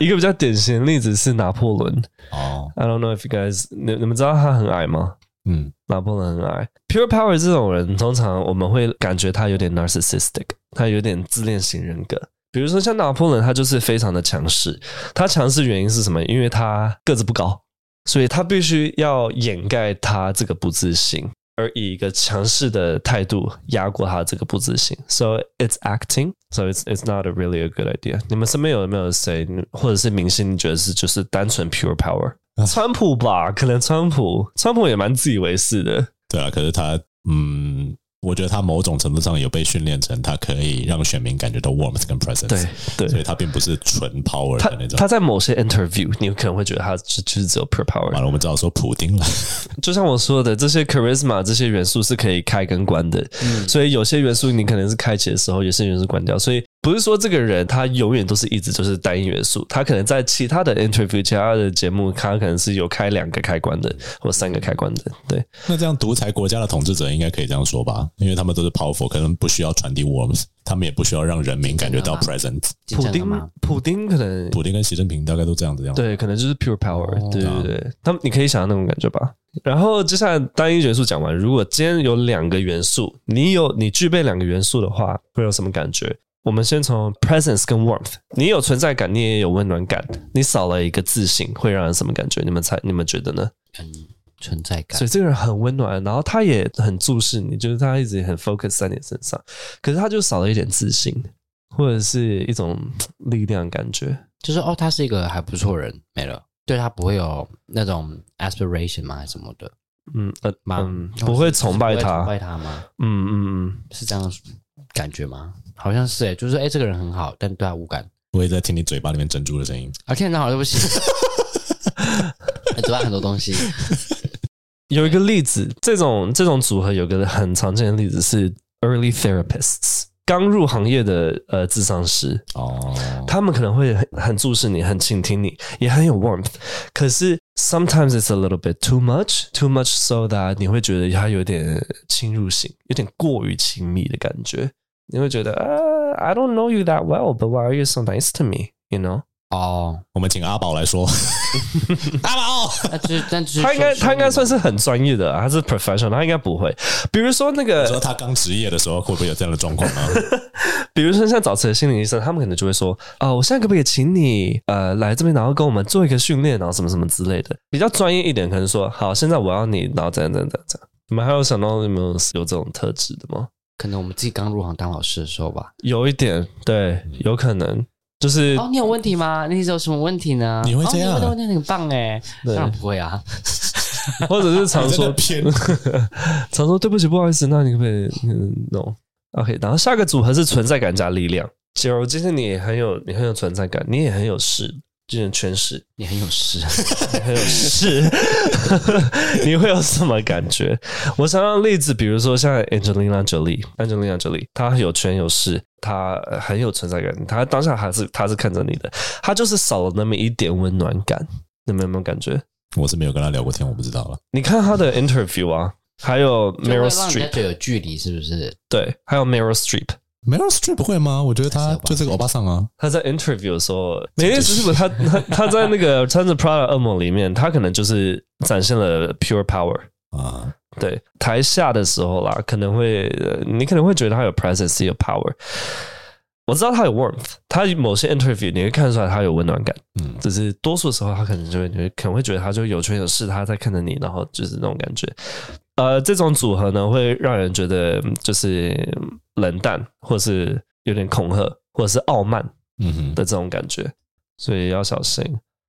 Speaker 1: 一个比较典型的例子是拿破仑。
Speaker 3: 哦，
Speaker 1: I don't know if you guys 你你们知道他很矮吗？
Speaker 3: 嗯，
Speaker 1: 拿破仑很矮。Pure Power 这种人，通常我们会感觉他有点 narcissistic，他有点自恋型人格。比如说像拿破仑，他就是非常的强势。他强势原因是什么？因为他个子不高，所以他必须要掩盖他这个不自信，而以一个强势的态度压过他这个不自信。So it's acting, so it's it's not a really a good idea。你们身边有没有谁，或者是明星，你觉得是就是单纯 pure power？川普吧，可能川普，川普也蛮自以为是的。
Speaker 3: 对啊，可是他，嗯，我觉得他某种程度上有被训练成，他可以让选民感觉到 warmth 跟 presence，
Speaker 1: 对对
Speaker 3: 所以他并不是纯 power
Speaker 1: 他
Speaker 3: 的那种。
Speaker 1: 他在某些 interview，你可能会觉得他就就是只有 pure
Speaker 3: 完
Speaker 1: power。
Speaker 3: 了，我们只好说普丁了。
Speaker 1: 就像我说的，这些 charisma 这些元素是可以开跟关的，所以有些元素你可能是开启的时候，有些元素关掉。所以不是说这个人他永远都是一直就是单一元素，他可能在其他的 interview、其他的节目，他可能是有开两个开关的或三个开关的。对，
Speaker 3: 那这样独裁国家的统治者应该可以这样说吧？因为他们都是 powerful，可能不需要传递 warmth，他们也不需要让人民感觉到
Speaker 2: 真
Speaker 1: 啊
Speaker 3: presence。
Speaker 2: 嗯，
Speaker 1: 普
Speaker 2: 普丁
Speaker 1: 丁
Speaker 2: 吗？
Speaker 1: 普丁可能
Speaker 3: 普丁跟习近平大概都这样子样。，
Speaker 1: 对，可能就是 pure power，、
Speaker 2: 哦
Speaker 1: 对对对，他们你可以想象那种感觉吧。然后接下来单一元素讲完，如果今天有两个元素，你有你具备两个元素的话，会有什么感觉？我们先从 presence 跟 warmth，你有存在感，你也有温暖感，你少了一个自信，会让人什么感觉？你们猜，你们觉得呢？
Speaker 2: 嗯，存在感
Speaker 1: 所以。这个人很温暖，然后他也很注视你，就是他一直很 focus 在你身上，可是他就少了一点自信，或者是一种嗯力量感觉。
Speaker 2: 就是哦，他是一个还不错人，没了。对他不会有那种 aspiration 吗？还是什么的
Speaker 1: 嗯呃
Speaker 2: 吗？
Speaker 1: 嗯，
Speaker 2: 或者
Speaker 1: 不会
Speaker 2: 是
Speaker 1: 崇拜
Speaker 2: 不会
Speaker 1: 他，
Speaker 2: 崇拜他吗？
Speaker 1: 嗯嗯嗯，
Speaker 2: 是这样感觉吗？好像是诶、哎就是诶、这个人很好，但对他无感。
Speaker 3: 我也在听你嘴巴里面珍珠的声音。
Speaker 2: 啊，天哪，好对 不起， 嘴巴很多东西。
Speaker 1: 有一个例子，这种这种组合有个很常见的例子是 early therapists，刚入行业的呃智商师，
Speaker 3: 哦，
Speaker 1: 他们可能会很很注视你，很倾听你，也很有 warmth，可是 sometimes it's a little bit too much，too much so that 你会觉得他有点侵入性，有点过于亲密的感觉，你会觉得呃、i don't know you that well，but why are you so nice to me？You know，
Speaker 2: 哦，
Speaker 3: 我们请阿宝来 说。阿宝，
Speaker 2: 那就是，但就是
Speaker 1: 他应该
Speaker 2: 说
Speaker 1: 他应该算是很专业的啊，他是 professional，他应该不会。比如说那个，
Speaker 3: 说他刚职业的时候会不会有这样的状况呢？
Speaker 1: 比如说像早期的心理医生，他们可能就会说，啊，我现在可不可以请你呃来这边，然后跟我们做一个训练，然后啊什么什么之类的，比较专业一点，可能说，好，现在我要你，然后怎样怎样怎样怎样。你们还有想到你们有有这种特质的吗？
Speaker 2: 可能我们自己刚入行当老师的时候吧。
Speaker 1: 有一点，对，有可能就是、
Speaker 2: 哦，你有问题吗？你有什么问题呢？
Speaker 3: 你会这样
Speaker 2: 哦、你问的问题很棒哎，
Speaker 1: 对
Speaker 2: 当然不会啊。
Speaker 1: 或者是常
Speaker 3: 真
Speaker 1: 说
Speaker 3: 的偏
Speaker 1: 常说对不起，不好意思，那你可不可以嗯 no OK？然后下个组合是存在感加力量。假如今天你也很有你很有存在感，你也很有势，就是全势，
Speaker 2: 你很有 事，
Speaker 1: 你很有势， 你会有什么感觉？我想让例子，比如说像 Angelina Jolie，Angelina Jolie，她有权有势，她呃很有存在感，她当下还是她是看着你的，她就是少了那么一点温暖感，你们有没有感觉？
Speaker 3: 我是没有跟他聊过天，我不知道了。
Speaker 1: 你看她的 interview 啊，还有
Speaker 2: 嗯就会
Speaker 1: Meryl
Speaker 2: 让人家
Speaker 1: Streep，
Speaker 2: 觉得有距离，是不是？
Speaker 1: 对，还有 Meryl Streep。
Speaker 3: Meryl Streep 不会吗？我觉得他就是个欧巴桑啊。
Speaker 1: 他在 interview 的时候，美丽史蒂夫他他他在那个穿着 Prada 恶魔里面，他可能就是展现了 pure power。
Speaker 3: 啊，
Speaker 1: 对，台下的时候啦，可能会呃你可能会觉得他有 presence 有 power。我知道他有 warmth，他某些 interview 你会看出来他有温暖感，
Speaker 3: 嗯，
Speaker 1: 只是多数时候他可能就会你会可能会觉得他就有权有势，他在看着你，然后就是那种感觉。呃，这种组合呢，会让人觉得嗯就是冷淡，或是有点恐吓，或者是傲慢。
Speaker 3: 嗯哼，
Speaker 1: 的这种感觉，所以要小心。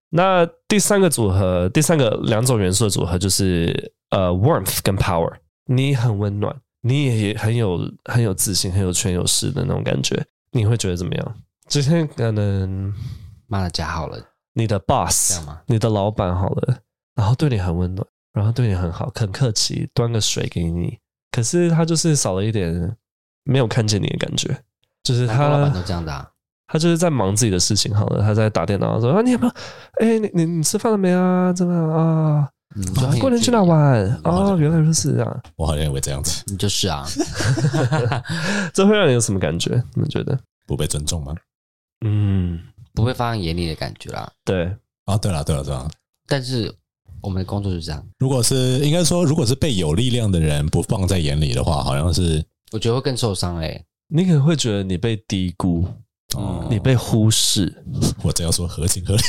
Speaker 1: 那第三个组合，第三个两种元素的组合就是呃，warmth 跟 power。你很温暖，你也很有很有自信，很有权有势的那种感觉，你会觉得怎么样？之前可能
Speaker 2: 骂了家好了，
Speaker 1: 你的
Speaker 2: 这
Speaker 1: boss
Speaker 2: 样吗？
Speaker 1: 你的老板好了，然后对你很温暖，然后对你很好，很客气，端个水给你，可是他就是少了一点没有看见你的感觉，就是
Speaker 2: 很多老板都
Speaker 1: 他
Speaker 2: 这样的、啊，
Speaker 1: 他就是在忙自己的事情，好了，他在打电脑说啊，你有没有？哎、你你你吃饭了没啊？怎么样啊？
Speaker 2: 嗯，
Speaker 1: 啊
Speaker 2: 就
Speaker 1: 过年去哪？玩？
Speaker 3: 然后
Speaker 1: 哦，
Speaker 3: 就
Speaker 1: 原来如此啊！
Speaker 3: 我好像也会这样子，
Speaker 2: 你就是啊，
Speaker 1: 这会让你有什么感觉？你们觉得？
Speaker 3: 不被尊重吗？
Speaker 1: 嗯，
Speaker 2: 不会放在眼里的感觉啦。
Speaker 1: 对，
Speaker 3: 啊，对了，对了，对了，
Speaker 2: 但是我们的工作就是这样，
Speaker 3: 如果是应该说，如果是被有力量的人不放在眼里的话，好像是
Speaker 2: 我觉得会更受伤哎、
Speaker 1: 你可能会觉得你被低估，
Speaker 3: 哦，
Speaker 1: 你被忽视，
Speaker 3: 我这样说合情合理。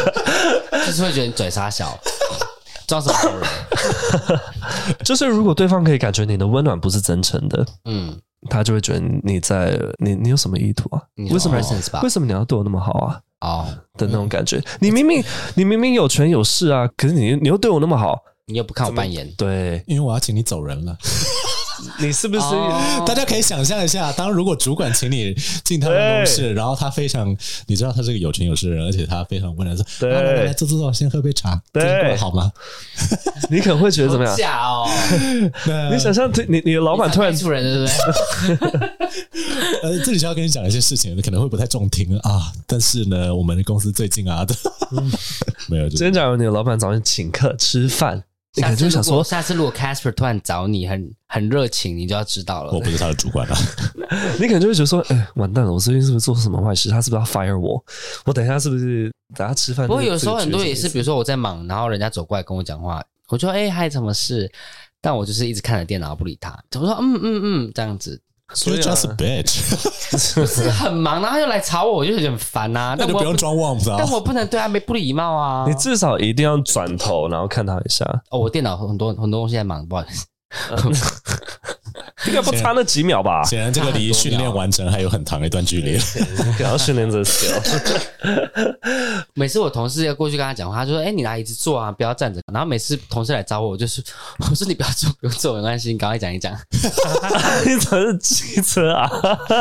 Speaker 2: 就是会觉得你嘴傻小，装什么好人？
Speaker 1: 就是如果对方可以感觉你的温暖不是真诚的，
Speaker 2: 嗯，
Speaker 1: 他就会觉得你在你你有什么意图啊？
Speaker 2: 你
Speaker 1: 为什么
Speaker 2: p e s 吧
Speaker 1: 为？什么你要对我那么好啊？
Speaker 2: 哦，
Speaker 1: 的那种感觉，你明明你明明有权有势啊，可是你你又对我那么好，
Speaker 2: 你又不看我扮演，
Speaker 1: 对
Speaker 3: 因为我要请你走人了，
Speaker 1: 你是不是？
Speaker 2: 哦
Speaker 3: 大家可以想象一下，当如果主管请你进他办公室，然后他非常，你知道他是个有权有势的人，而且他非常温柔说：“啊
Speaker 1: 对
Speaker 3: 来来来，坐坐坐，先喝杯茶，
Speaker 1: 对
Speaker 3: 今天过得好吗
Speaker 1: 你可能会觉得怎么
Speaker 2: 好
Speaker 1: 样？
Speaker 2: 假啊哦，
Speaker 3: 那
Speaker 1: 你想象你你的老
Speaker 2: 老
Speaker 1: 板突然
Speaker 2: 啊出人对不对？？”
Speaker 3: 呃，这里就要跟你讲一些事情，可能会不太中听啊，但是呢，我们公司最近啊， 没有，
Speaker 1: 今
Speaker 3: 就
Speaker 1: 天假如你的老板找你请客吃饭，你可
Speaker 2: 下
Speaker 1: 能就
Speaker 2: 次
Speaker 1: 会
Speaker 2: 如
Speaker 1: 想说，
Speaker 2: 果下次如果 Casper 突然找你很很热情，你就要知道了
Speaker 3: 我。不是他的主管啊。
Speaker 1: 你可能就会觉得说，哎、完蛋了，我最近是不是做什么坏事？他是不是要 fire 我？我等一下是不是等下吃饭？
Speaker 2: 不过有时候很多也是，比
Speaker 1: 比
Speaker 2: 如说我在忙，然后人家走过来跟我讲话，我就哎嗨，什么事？但我就是一直看着电脑不理他，我说嗯嗯嗯这样子，
Speaker 1: 所
Speaker 3: You're
Speaker 1: 以啊
Speaker 3: just a bitch，
Speaker 2: 是很忙，然后他又来吵我，我就很烦呐、啊。
Speaker 3: 那
Speaker 2: 但
Speaker 3: 就
Speaker 2: 我
Speaker 3: 不用装 warm 啊
Speaker 2: 但。我不能对他没不礼貌啊。
Speaker 1: 你至少一定要转头，然后看他一下，
Speaker 2: 哦，我电脑很多很多东西在忙，不好意思。
Speaker 1: 应该不差那几秒 吧？
Speaker 3: 显然，这个离训练完成还有很长一段距离。
Speaker 1: 然后训练这 skill，
Speaker 2: 每次我同事要过去跟他讲话，他就说：“哎、你拿椅子坐啊，不要站着。”然后每次同事来找我，我就是 我说：“你不要坐，不用坐，没关系，你赶快讲一讲。
Speaker 1: 你怎么是机车啊？”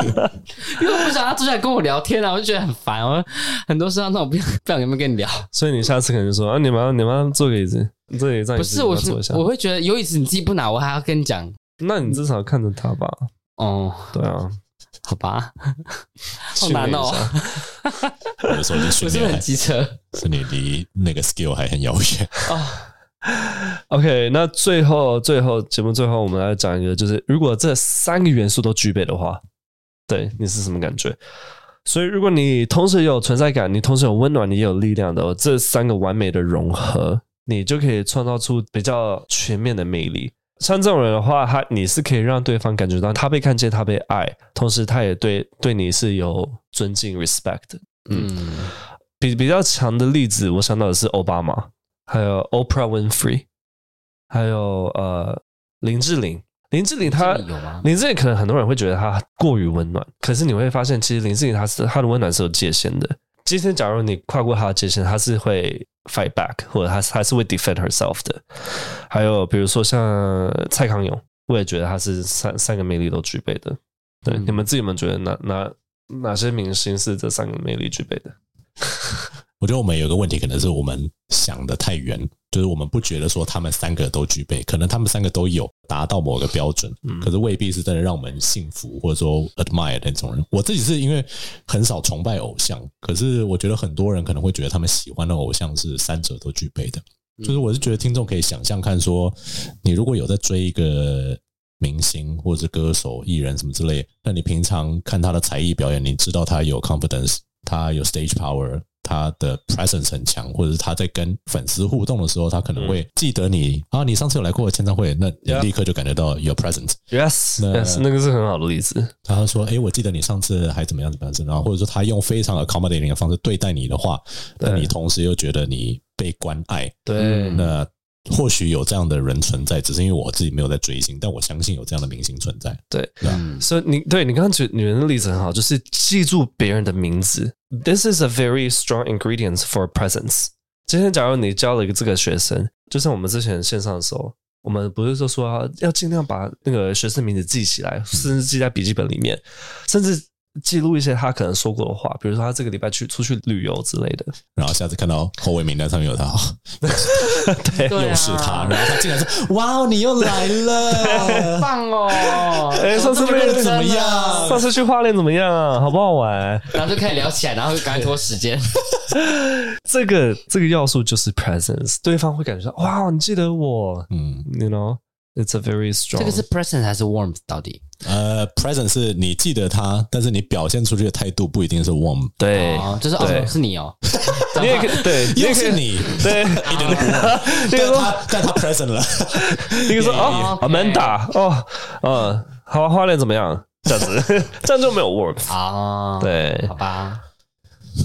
Speaker 2: 因为我不想他坐下来跟我聊天啊，我就觉得很烦。我很多事让那种不想不想跟跟你聊。
Speaker 1: 所以你下次可能就说啊，你们你们坐个椅子，这里让椅
Speaker 2: 不
Speaker 1: 子
Speaker 2: 是，我
Speaker 1: 你
Speaker 2: 是
Speaker 1: 们坐一下
Speaker 2: 我。会觉得有椅子你自己不拿，我还要跟你讲。
Speaker 1: 那你至少看着他吧，
Speaker 2: 哦，
Speaker 1: 对啊，
Speaker 2: 好吧，好
Speaker 1: 训练
Speaker 2: 难
Speaker 1: 一
Speaker 2: 哦，
Speaker 1: 下。
Speaker 3: 有的时候 离
Speaker 2: 我
Speaker 3: 训
Speaker 2: 是不是
Speaker 3: 练
Speaker 2: 很
Speaker 3: 还
Speaker 2: 机车？
Speaker 3: 是你离那个 skill 还很遥远。
Speaker 1: OK，那最后最后节目最后我们来讲一个，就是如果这三个元素都具备的话，对你是什么感觉？所以如果你同时有存在感，你同时有温暖，你也有力量的这三个完美的融合，你就可以创造出比较全面的魅力。像这种人的话，他你是可以让对方感觉到他被看见，他被爱，同时他也对对你是有尊敬 respect 的。
Speaker 2: 嗯，
Speaker 1: 比比较强的例子，我想到的是奥巴马，还有 Oprah Winfrey，还有呃林志玲。林志玲她
Speaker 2: 这，里有吗？
Speaker 1: 林志玲可能很多人会觉得她过于温暖，可是你会发现，其实林志玲她是她的温暖是有界限的。今天假如你跨过她的界限，她是会 fight back，或者她她是会 defend herself 的。还有比如说像蔡康永，我也觉得他是三三个魅力都具备的。对，
Speaker 2: 嗯
Speaker 1: 你们自己们觉得哪哪哪些明星是这三个魅力具备的？
Speaker 3: 我觉得我们有个问题，可能是我们想的太远，就是我们不觉得说他们三个都具备，可能他们三个都有达到某个标准，
Speaker 1: 嗯
Speaker 3: 可是未必是真的让我们幸福或者说 admire 的那种人。我自己是因为很少崇拜偶像，可是我觉得很多人可能会觉得他们喜欢的偶像是三者都具备的。就是我是觉得听众可以想象看说，你如果有在追一个明星或者是歌手、艺人什么之类，那你平常看他的才艺表演，你知道他有 confidence，他有 stage power，他的 presence 很强，或者是他在跟粉丝互动的时候，他可能会记得你、啊，你上次有来过我签唱会，那你
Speaker 1: 嗯 Yeah
Speaker 3: 立刻就感觉到 your presence。
Speaker 1: Yes,
Speaker 3: 那
Speaker 1: yes，那个是很好的例子。
Speaker 3: 然后他说：“诶，我记得你上次还怎么样怎么样怎么样，然后或者说他用非常 accommodating 的方式对待你的话，那
Speaker 1: 对
Speaker 3: 你同时又觉得你被关爱，
Speaker 1: 对
Speaker 2: 嗯
Speaker 3: 那或许有这样的人存在，只是因为我自己没有在追星，但我相信有这样的明星存在。
Speaker 2: 嗯
Speaker 1: 所以你对你刚刚举女人的例子很好，就是记住别人的名字。This is a very strong ingredient for presence。今天假如你教了一个这个学生，就像我们之前线上的时候，我们不是说说要尽量把那个学生名字记起来，甚至记在笔记本里面，甚至记录一些他可能说过的话，比如说他这个礼拜去出去旅游之类的。
Speaker 3: 然后下次看到后卫名单上面有他，哦
Speaker 1: 对，
Speaker 2: 对啊
Speaker 3: 又是他，然后他竟然说：“哇，你又来 了。
Speaker 2: 棒哦！
Speaker 1: 哎上次
Speaker 2: 这么
Speaker 1: 被
Speaker 2: 认真
Speaker 3: 怎么
Speaker 2: 啊
Speaker 3: 样
Speaker 1: 上次去花莲怎么样啊？好不好玩？
Speaker 2: 然后就开始聊起来，然后就赶快拖时间。
Speaker 1: 这个这个要素就是 presence，对方会感觉到哇，你记得我”
Speaker 3: 嗯，
Speaker 1: ，you know，it's a very strong。
Speaker 2: 这个是 present 还是 warmth？到底？
Speaker 3: 呃，present 是你记得他，但是你表现出去的态度不一定是 warm，
Speaker 1: 对，
Speaker 2: 哦，就是
Speaker 1: 对
Speaker 2: 哦，是你哦，
Speaker 1: 你也可 以对，你
Speaker 3: 又
Speaker 1: 也可
Speaker 3: 是
Speaker 1: 以
Speaker 3: 你，
Speaker 1: 对，
Speaker 3: 一点都不 warm，
Speaker 1: 那
Speaker 2: 啊
Speaker 3: 但
Speaker 1: 个说
Speaker 3: 他但他 present 了，
Speaker 1: 那个说哦
Speaker 2: 也
Speaker 1: ，Amanda 哦，嗯，好，花莲怎么样？这样 子，这样就没有 warmth。
Speaker 2: 啊，，
Speaker 1: 对
Speaker 2: 好，吧，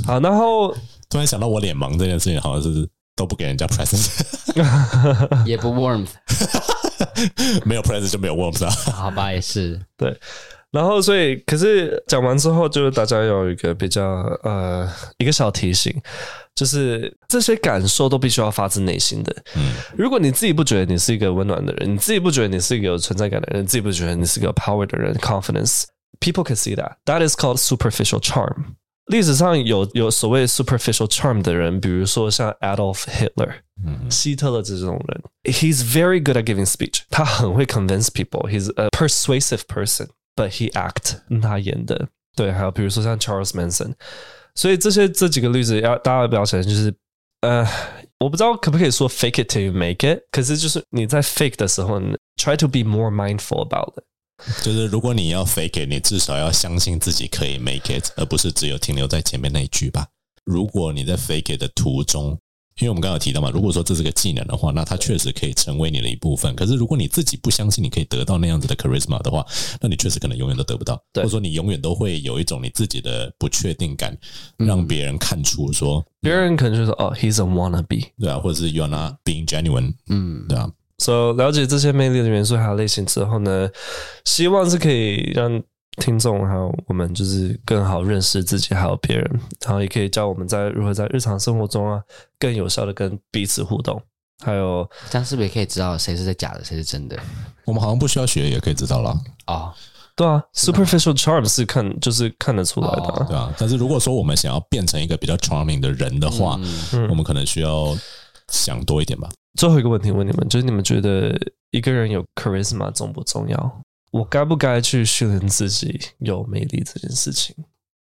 Speaker 1: 好，然后
Speaker 3: 突然想到我脸盲这件事情，好像是都不给人家 present，
Speaker 2: 也不 warmth，
Speaker 3: 没有 present 就没有 warm 啊。
Speaker 2: 好吧，也是
Speaker 1: 然后，所以，可是讲完之后，就是大家有一个比较呃一个小提醒，就是这些感受都必须要发自内心的。
Speaker 3: 嗯
Speaker 1: 如果你自己不觉得你是一个温暖的人，你自己不觉得你是一个有存在感的人，你自己不觉得你是一个有 power 的人，confidence。People can see that. That is called superficial charm. 历史上有有所谓 superficial charm 的人，比如说像 Adolf Hitler，
Speaker 3: 嗯
Speaker 1: 希特勒这种人，He's very good at giving speech，他很会 convince people。He's a persuasive person, but he act 嗯他演的。对，还有比如说像 Charles Manson，所以这些这几个例子要大家不要承认，就是呃，我不知道可不可以说 fake it till you make it，可是就是你在 fake 的时候你，try to be more mindful about it。
Speaker 3: 就是如果你要 fake it，你至少要相信自己可以 make it，而不是只有停留在前面那一句吧。如果你在 fake it 的途中，因为我们刚刚有提到嘛，如果说这是个技能的话，那它确实可以成为你的一部分。可是如果你自己不相信你可以得到那样子的 charisma 的话，那你确实可能永远都得不到，
Speaker 1: 对
Speaker 3: 或者说你永远都会有一种你自己的不确定感，让别人看出说，
Speaker 1: 别人可能就说哦，He's a wannabe。
Speaker 3: 对啊，或者是 you're not being genuine，
Speaker 2: 嗯，
Speaker 3: 对啊，
Speaker 1: So 了解这些魅力的元素还有类型之后呢，希望是可以让听众还有我们就是更好认识自己还有别人，然后也可以教我们在如何在日常生活中啊更有效的跟彼此互动，还有
Speaker 2: 这样是不是也可以知道谁是在假的，谁是真的？
Speaker 3: 我们好像不需要学也可以知道了。
Speaker 2: 哦，
Speaker 1: 对啊，superficial charm 是看就是看得出来的啊、
Speaker 2: 哦
Speaker 3: 对啊，但是如果说我们想要变成一个比较 charming 的人的话，
Speaker 1: 嗯
Speaker 3: 我们可能需要想多一点吧。
Speaker 1: 最后一个问题问你们，就是你们觉得一个人有 charisma 重不重要？我该不该去训练自己有魅力这件事情？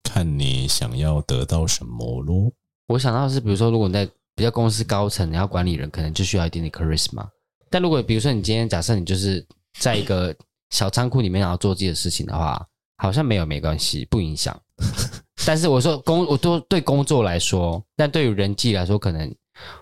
Speaker 3: 看你想要得到什么咯。
Speaker 2: 我想到的是，比如说，如果你在比较公司高层，你要管理人，可能就需要一定的 charisma。但如果比如说你今天假设你就是在一个小仓库里面，然后做自己的事情的话，好像没有没关系，不影响。 但是我说工，我都对工作来说，但对于人际来说，可能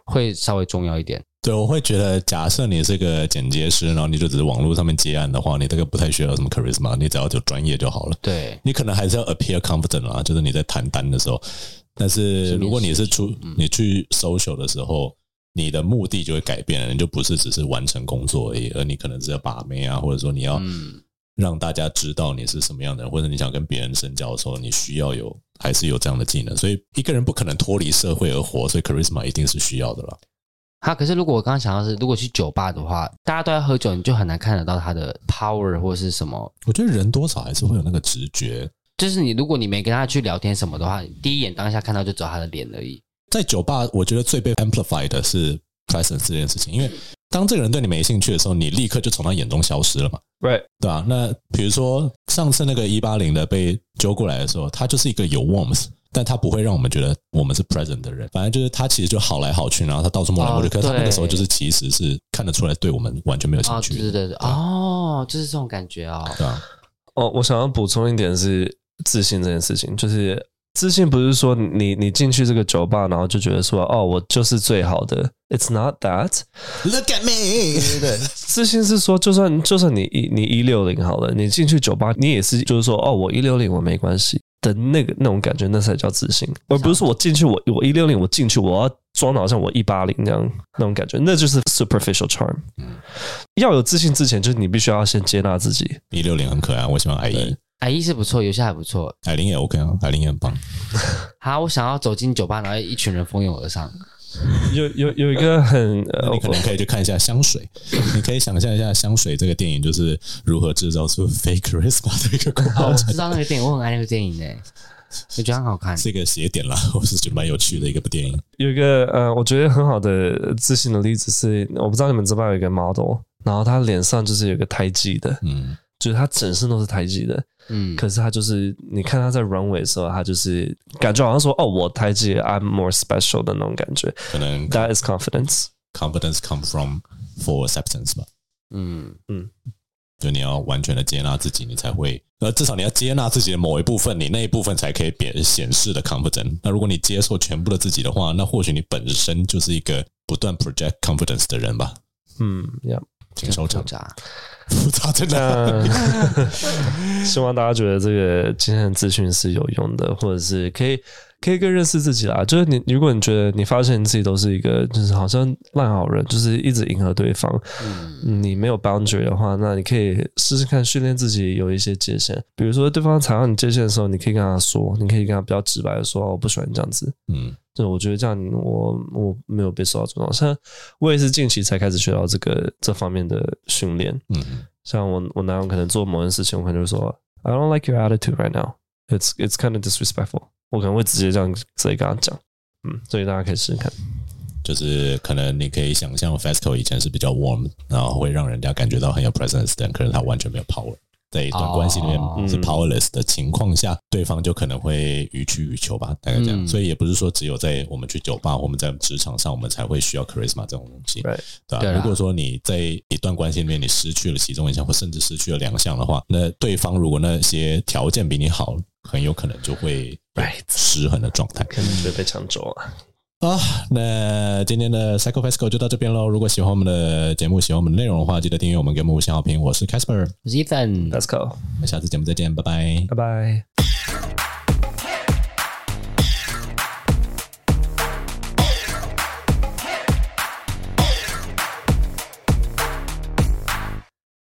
Speaker 2: 会稍微重要一点。
Speaker 3: 对，我会觉得，假设你是个剪接师，然后你就只是网络上面接案的话，你这个不太需要什么 charisma，你只要有专业就好了。
Speaker 2: 对，
Speaker 3: 你可能还是要 appear confident 啊，就是你在谈单的时候。但是如果你是出你去 social 的时候，你的目的就会改变了，你就不是只是完成工作而已，而你可能是要把妹啊，或者说你要
Speaker 2: 嗯，
Speaker 3: 让大家知道你是什么样的人，或者你想跟别人深交的时候，你需要有还是有这样的技能。所以一个人不可能脱离社会而活，所以 charisma 一定是需要的啦。
Speaker 2: 他、啊可是如果我刚刚想到的是，如果去酒吧的话，大家都在喝酒，你就很难看得到他的 power 或是什么
Speaker 3: 我觉得人多少还是会有那个直觉。
Speaker 2: 就是你，如果你没跟他去聊天什么的话，你第一眼当下看到就只有他的脸而已。
Speaker 3: 在酒吧，我觉得最被 amplified 的是 presence 这件事情，因为当这个人对你没兴趣的时候，你立刻就从他眼中消失了嘛。
Speaker 1: Right，
Speaker 3: 对啊，那比如说上次那个一八零的被揪过来的时候，他就是一个有 warmth，但他不会让我们觉得我们是 present 的人，反正就是他其实就好来好去，然后他到处摸来摸去，
Speaker 2: 哦
Speaker 3: 可是他那个
Speaker 2: 对
Speaker 3: 时候就是其实是看得出来对我们完全没有兴
Speaker 2: 哦，
Speaker 3: 趣
Speaker 2: 对
Speaker 3: 的，
Speaker 2: 对对对，哦，就是这种感觉哦。
Speaker 3: 对啊，
Speaker 1: 哦，我想要补充一点是自信这件事情，就是自信不是说你你进去这个酒吧，然后就觉得说哦，我就是最好的。It's not that。
Speaker 3: Look at me，对
Speaker 1: 自信是说，就算就算你一你一六零好了，你进去酒吧，你也是就是说哦，我一六零我没关系的那个那种感觉，那才叫自信，而不是说我进去我我一六零我进去我要装的好像我一八零那样那种感觉，那就是 superficial charm。要有自信之前，就是你必须要先接纳自己。
Speaker 3: 一六零很可爱，啊我喜欢矮一，
Speaker 2: 矮一是不错，有些还不错。
Speaker 3: 矮玲也 OK 啊，矮玲也很棒，
Speaker 2: 好，我想要走进酒吧，然后一群人蜂拥而上，
Speaker 1: 有有有一个很
Speaker 3: 那
Speaker 1: 呃
Speaker 3: 你可能可以去看一下香水，你可以想象一下香水这个电影就是如何制造出 fake charisma 的一个过
Speaker 2: 哦，我
Speaker 3: 程，
Speaker 2: 知道那个电影，我很爱那个电影诶、我觉得很好看。
Speaker 3: 是一个邪点啦，我是觉得蛮有趣的一个部电影。
Speaker 1: 有一个呃，我觉得很好的自信的例子是，我不知道你们知不知道有一个 model，然后他脸上就是有一个胎记的，
Speaker 3: 嗯，
Speaker 1: 就是他整身都是胎记的，
Speaker 2: 嗯，
Speaker 1: 可是他就是你看他在 runway 的时候，他就是感觉好像说哦，我胎记，I'm more special 的那种感觉
Speaker 3: 可能
Speaker 1: ，That is confidence。
Speaker 3: confidence come from full acceptance 吧，
Speaker 2: 嗯，
Speaker 3: 就你要完全的接纳自己，你才会呃，至少你要接纳自己的某一部分，你那一部分才可以表显示的 confidence。那如果你接受全部的自己的话，那或许你本身就是一个不断 project confidence 的人吧。
Speaker 1: 嗯，Yeah，
Speaker 3: 请收场，
Speaker 2: 杂。
Speaker 3: 复杂真的。
Speaker 1: 那 希望大家觉得这个今天的资讯是有用的，或者是可以可以更认识自己啦。就是你，如果你觉得你发现你自己都是一个就是好像烂好人，就是一直迎合对方，
Speaker 2: 嗯
Speaker 1: 你没有 boundary 的话，那你可以试试看训练自己有一些界限。比如说，对方踩到你界限的时候，你可以跟他说，你可以跟他比较直白的说，哦我不喜欢你这样子。
Speaker 3: 嗯，
Speaker 1: 对，我觉得这样我我没有被受到尊重。像我也是近期才开始学到这个这方面的训练。
Speaker 3: 嗯，
Speaker 1: 像我我男友可能做某件事情，我可能就说 I don't like your attitude right now. It's it's kind of disrespectful. 我可能会直接这样直接跟他讲。嗯，所以大家可以试试看。
Speaker 3: 就是可能你可以想象 FESCO 以前是比较 warm，然后会让人家感觉到很有 presence，但可能他完全没有 power。在一段关系里
Speaker 2: 哦
Speaker 3: 面是 powerless 的情况下，对方就可能会予取予求吧，大概这样。
Speaker 2: 嗯
Speaker 3: 所以也不是说只有在我们去酒吧，我们在职场上，我们才会需要 charisma 这种东西，
Speaker 1: Right
Speaker 3: 对吧、
Speaker 2: 对啦啊
Speaker 3: 如果说你在一段关系里面，你失去了其中一项，或甚至失去了两项的话，那对方如果那些条件比你好，很有可能就会有
Speaker 1: Right
Speaker 3: 失衡的状态。
Speaker 1: 可能觉得被抢走了。
Speaker 3: 啊，那今天的 Psycho Pesco 就到这边喽。如果喜欢我们的节目，喜欢我们的内容的话，记得订阅我们，给我们五星好评。我是 Casper，
Speaker 2: 我是 Ethan，
Speaker 1: Let's go，
Speaker 3: 我们下次节目再见，拜拜。
Speaker 1: 拜拜。